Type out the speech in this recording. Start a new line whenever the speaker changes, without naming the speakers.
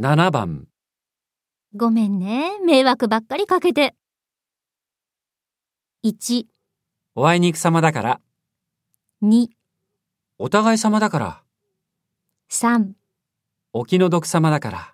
7番
ごめんね。迷惑ばっかりかけて。1、
おあいにくさまだから
2、
お互い様だから
3。
お気の毒様だから